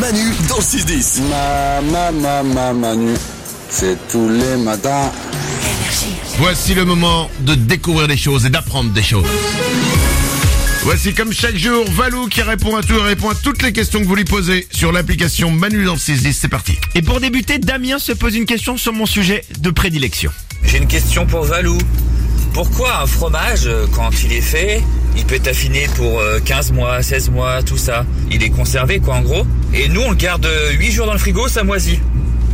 Manu dans le 6-10. Ma, ma, ma, Manu, c'est tous les matins. Voici le moment de découvrir des choses et d'apprendre des choses. Voici comme chaque jour Valou qui répond à tout et répond à toutes les questions que vous lui posez sur l'application Manu dans le 6-10. C'est parti. Et pour débuter, Damien se pose une question sur mon sujet de prédilection. J'ai une question pour Valou. Pourquoi un fromage, euh, quand il est fait, il peut être affiné pour euh, 15 mois, 16 mois, tout ça Il est conservé, quoi, en gros. Et nous, on le garde euh, 8 jours dans le frigo, ça moisit.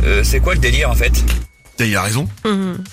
Euh, c'est quoi le délire, en fait Putain, Il a raison.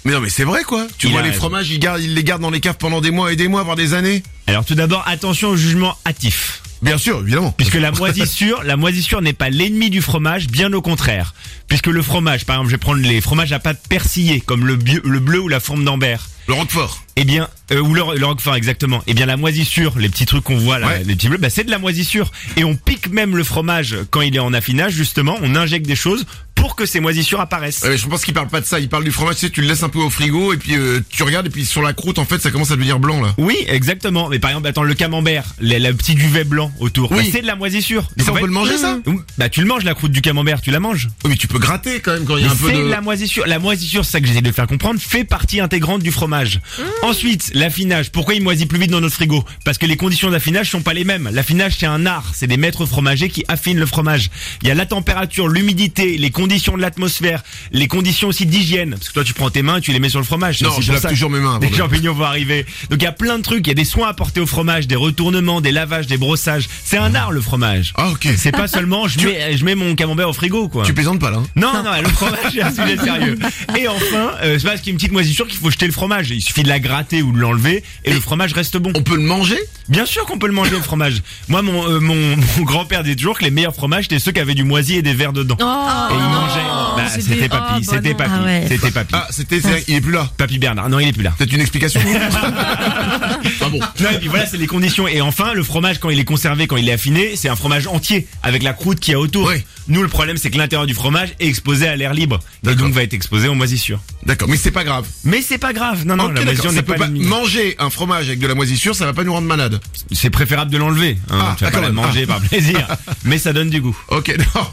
Mais non mais c'est vrai quoi. Tu Il vois a les raison. fromages, ils, gardent, ils les gardent dans les caves pendant des mois et des mois, voire des années. Alors tout d'abord, attention au jugement hâtif. Bien sûr, évidemment. Puisque la moisissure, la moisissure n'est pas l'ennemi du fromage, bien au contraire. Puisque le fromage, par exemple, je vais prendre les fromages à pâte persillée, comme le, bio- le bleu ou la forme d'Ambert. Le Roquefort. Eh bien, euh, ou le, le roquefort exactement. Eh bien, la moisissure, les petits trucs qu'on voit là, Ouais. les petits bleus, bah, c'est de la moisissure. Et on pique même le fromage quand il est en affinage, justement. On injecte des choses pour que ces moisissures apparaissent. Ouais, mais je pense qu'il parle pas de ça. Il parle du fromage. Tu sais, tu le laisses un peu au frigo et puis euh, tu regardes et puis sur la croûte en fait ça commence à devenir blanc là. Oui, exactement. Mais par exemple, attends, le camembert, la, la petite duvet blanc autour, Oui. bah, c'est de la moisissure. Mais Donc, ça, en on fait- peut le manger, ça Bah tu le manges la croûte du camembert, tu la manges. Oui, mais tu peux gratter quand même quand il y Mais a un peu c'est de. la moisissure. La moisissure, c'est ça que j'essaie de te faire comprendre, fait partie intégrante du fromage. Ensuite, l'affinage. Pourquoi il moisit plus vite dans notre frigo Parce que les conditions d'affinage sont pas les mêmes. L'affinage, c'est un art. C'est des maîtres fromagers qui affinent le fromage. Il y a la température, l'humidité, les conditions de l'atmosphère, les conditions aussi d'hygiène. Parce que toi, tu prends tes mains, tu les mets sur le fromage. Non, C'est aussi je pour lave ça toujours mes mains avant Des de- champignons vont arriver. Donc il y a plein de trucs. Il y a des soins apportés au fromage, des retournements, des lavages, des brossages. C'est un art le fromage. Ah ok. C'est pas seulement je mets, je mets mon camembert au frigo quoi. Tu plaisantes pas là. hein Non, non, le fromage c'est un sujet sérieux. Et enfin, euh, c'est parce qu'il y a une petite moisissure qu'il faut jeter le fromage. Il suffit de la gratter ou de l'enlever et le fromage reste bon. On peut le manger Bien sûr qu'on peut le manger le fromage. Moi, mon, euh, mon, mon grand-père dit toujours que les meilleurs fromages c'était ceux qui avaient du moisi et des vers dedans. Oh, et il mangeait. Bah, c'est c'était des- papy, oh, bah c'était non. papy, Ah ouais. c'était papy. Ah c'était c'est vrai, il est plus là. Papy Bernard, non, il est plus là. Peut-être une explication. ah bon. Non, et puis voilà, c'est les conditions. Et enfin, le fromage, quand il est conservé, quand il est affiné, c'est un fromage entier, avec la croûte qu'il y a autour. Ouais. Nous, le problème, c'est que l'intérieur du fromage est exposé à l'air libre. Et D'accord. donc va être exposé aux moisissures. D'accord, mais c'est pas grave. Mais c'est pas grave. Non, non, Ok, la d'accord, moisissure ça n'est peut pas, pas l'ennemi. manger un fromage avec de la moisissure, ça va pas nous rendre malade. C'est préférable de l'enlever. Hein, Ah, tu vas quand pas la même. manger par plaisir. Mais ça donne du goût. Ok, d'accord.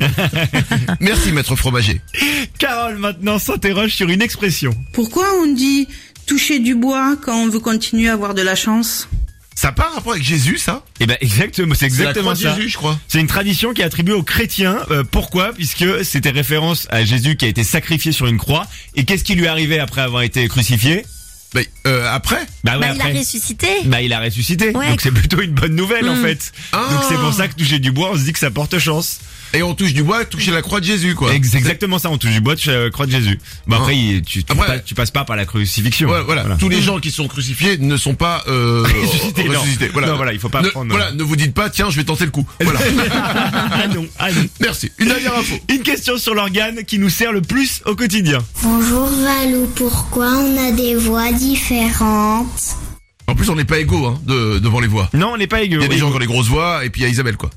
Merci maître fromager. Carole, maintenant, s'interroge sur une expression. Pourquoi on dit toucher du bois quand on veut continuer à avoir de la chance Ça part un rapport avec Jésus, ça Eh ben, exactement, c'est C'est la croix exactement de ça. Jésus, je crois. C'est une tradition qui est attribuée aux chrétiens. Euh, pourquoi Puisque c'était référence à Jésus qui a été sacrifié sur une croix. Et qu'est-ce qui lui arrivait après avoir été crucifié Bah, euh, après Bah ouais, Bah, il a après. ressuscité. Bah il a ressuscité, Ouais. Hmm. donc c'est plutôt une bonne nouvelle en fait. Ah. Donc c'est pour ça que toucher du bois, on se dit que ça porte chance. Et on touche du bois, toucher la croix de Jésus, quoi. Ex- Exactement ça, on touche du bois, tu euh, crois de Jésus. Bah Ah. après, il- tu, tu, Après- pas- tu passes pas par la crucifixion. Ouais, voilà. Tous les gens qui sont crucifiés ne sont pas euh, Ressuscités, non. ressuscités. Voilà. Non, voilà, il faut pas ne, prendre- euh. Voilà, ne vous dites pas, tiens, je vais tenter le coup. Voilà. ah non, ah non. Merci. Une dernière info. Une question sur l'organe qui nous sert le plus au quotidien. Bonjour Valou, pourquoi on a des voix différentes En plus, on n'est pas égaux hein, de, devant les voix. Non, on n'est pas Il y a aiguë. des gens qui ont les grosses voix, et puis il y a Isabelle, quoi. Bah.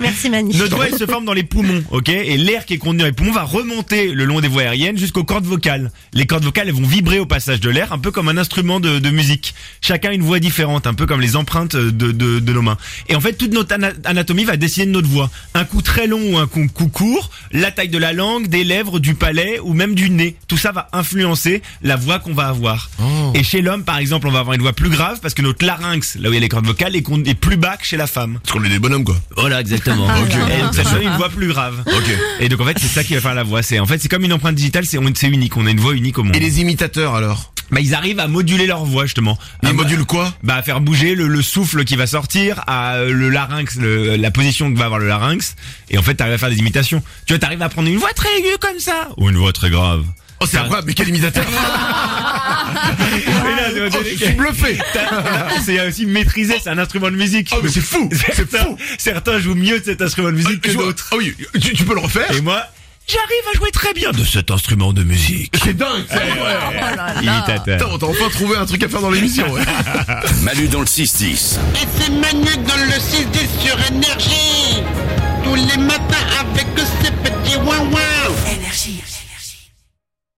Merci Manu. Notre voix, elle se forme dans les poumons, ok Et l'air qui est contenu dans les poumons va remonter le long des voies aériennes jusqu'aux cordes vocales. Les cordes vocales, elles vont vibrer au passage de l'air, un peu comme un instrument de, de musique. Chacun une voix différente, un peu comme les empreintes de, de, de nos mains. Et en fait, toute notre ana- anatomie va décider de notre voix. Un coup très long ou un coup, coup court, la taille de la langue, des lèvres, du palais ou même du nez. Tout ça va influencer la voix qu'on va avoir. Oh. Et chez l'homme, par exemple, on va avoir une voix plus grave parce que notre larynx, là où il y a les cordes vocales, est, con- est plus bas que chez la femme. Parce qu'on est des bonhommes, quoi. Voilà, exactement. Ok. Et donc, ça donne une voix plus grave. Ok. Et donc en fait, c'est ça qui va faire la voix. C'est en fait, c'est comme une empreinte digitale. C'est on- c'est unique. On a une voix unique au monde. Et les imitateurs, alors Bah, ils arrivent à moduler leur voix justement. Ils À- modulent quoi Bah, à faire bouger le, le souffle qui va sortir, à euh, le larynx, le- la position que va avoir le larynx. Et en fait, t'arrives à faire des imitations. Tu vois, t'arrives à prendre une voix très aiguë comme ça ou une voix très grave. Oh, c'est Ça- incroyable, mais quel imitateur Et là, t'es- Oh, t'es- je suis bluffé c'est aussi maîtriser. C'est un instrument de musique. Oh, mais c'est fou C'est Certains- fou Certains jouent mieux de cet instrument de musique que Je vois- d'autres. Ah oui, tu, tu peux le refaire Et moi, j'arrive à jouer très bien de cet instrument de musique. Eh C'est dingue c'est- ouais. Imitateur. Putain, on t'a enfin trouvé un truc à faire dans l'émission, ouais. Manu dans le 6-10. Et c'est Manu dans le 6 sur énergie. Tous les matins avec ses petits ouin-ouin.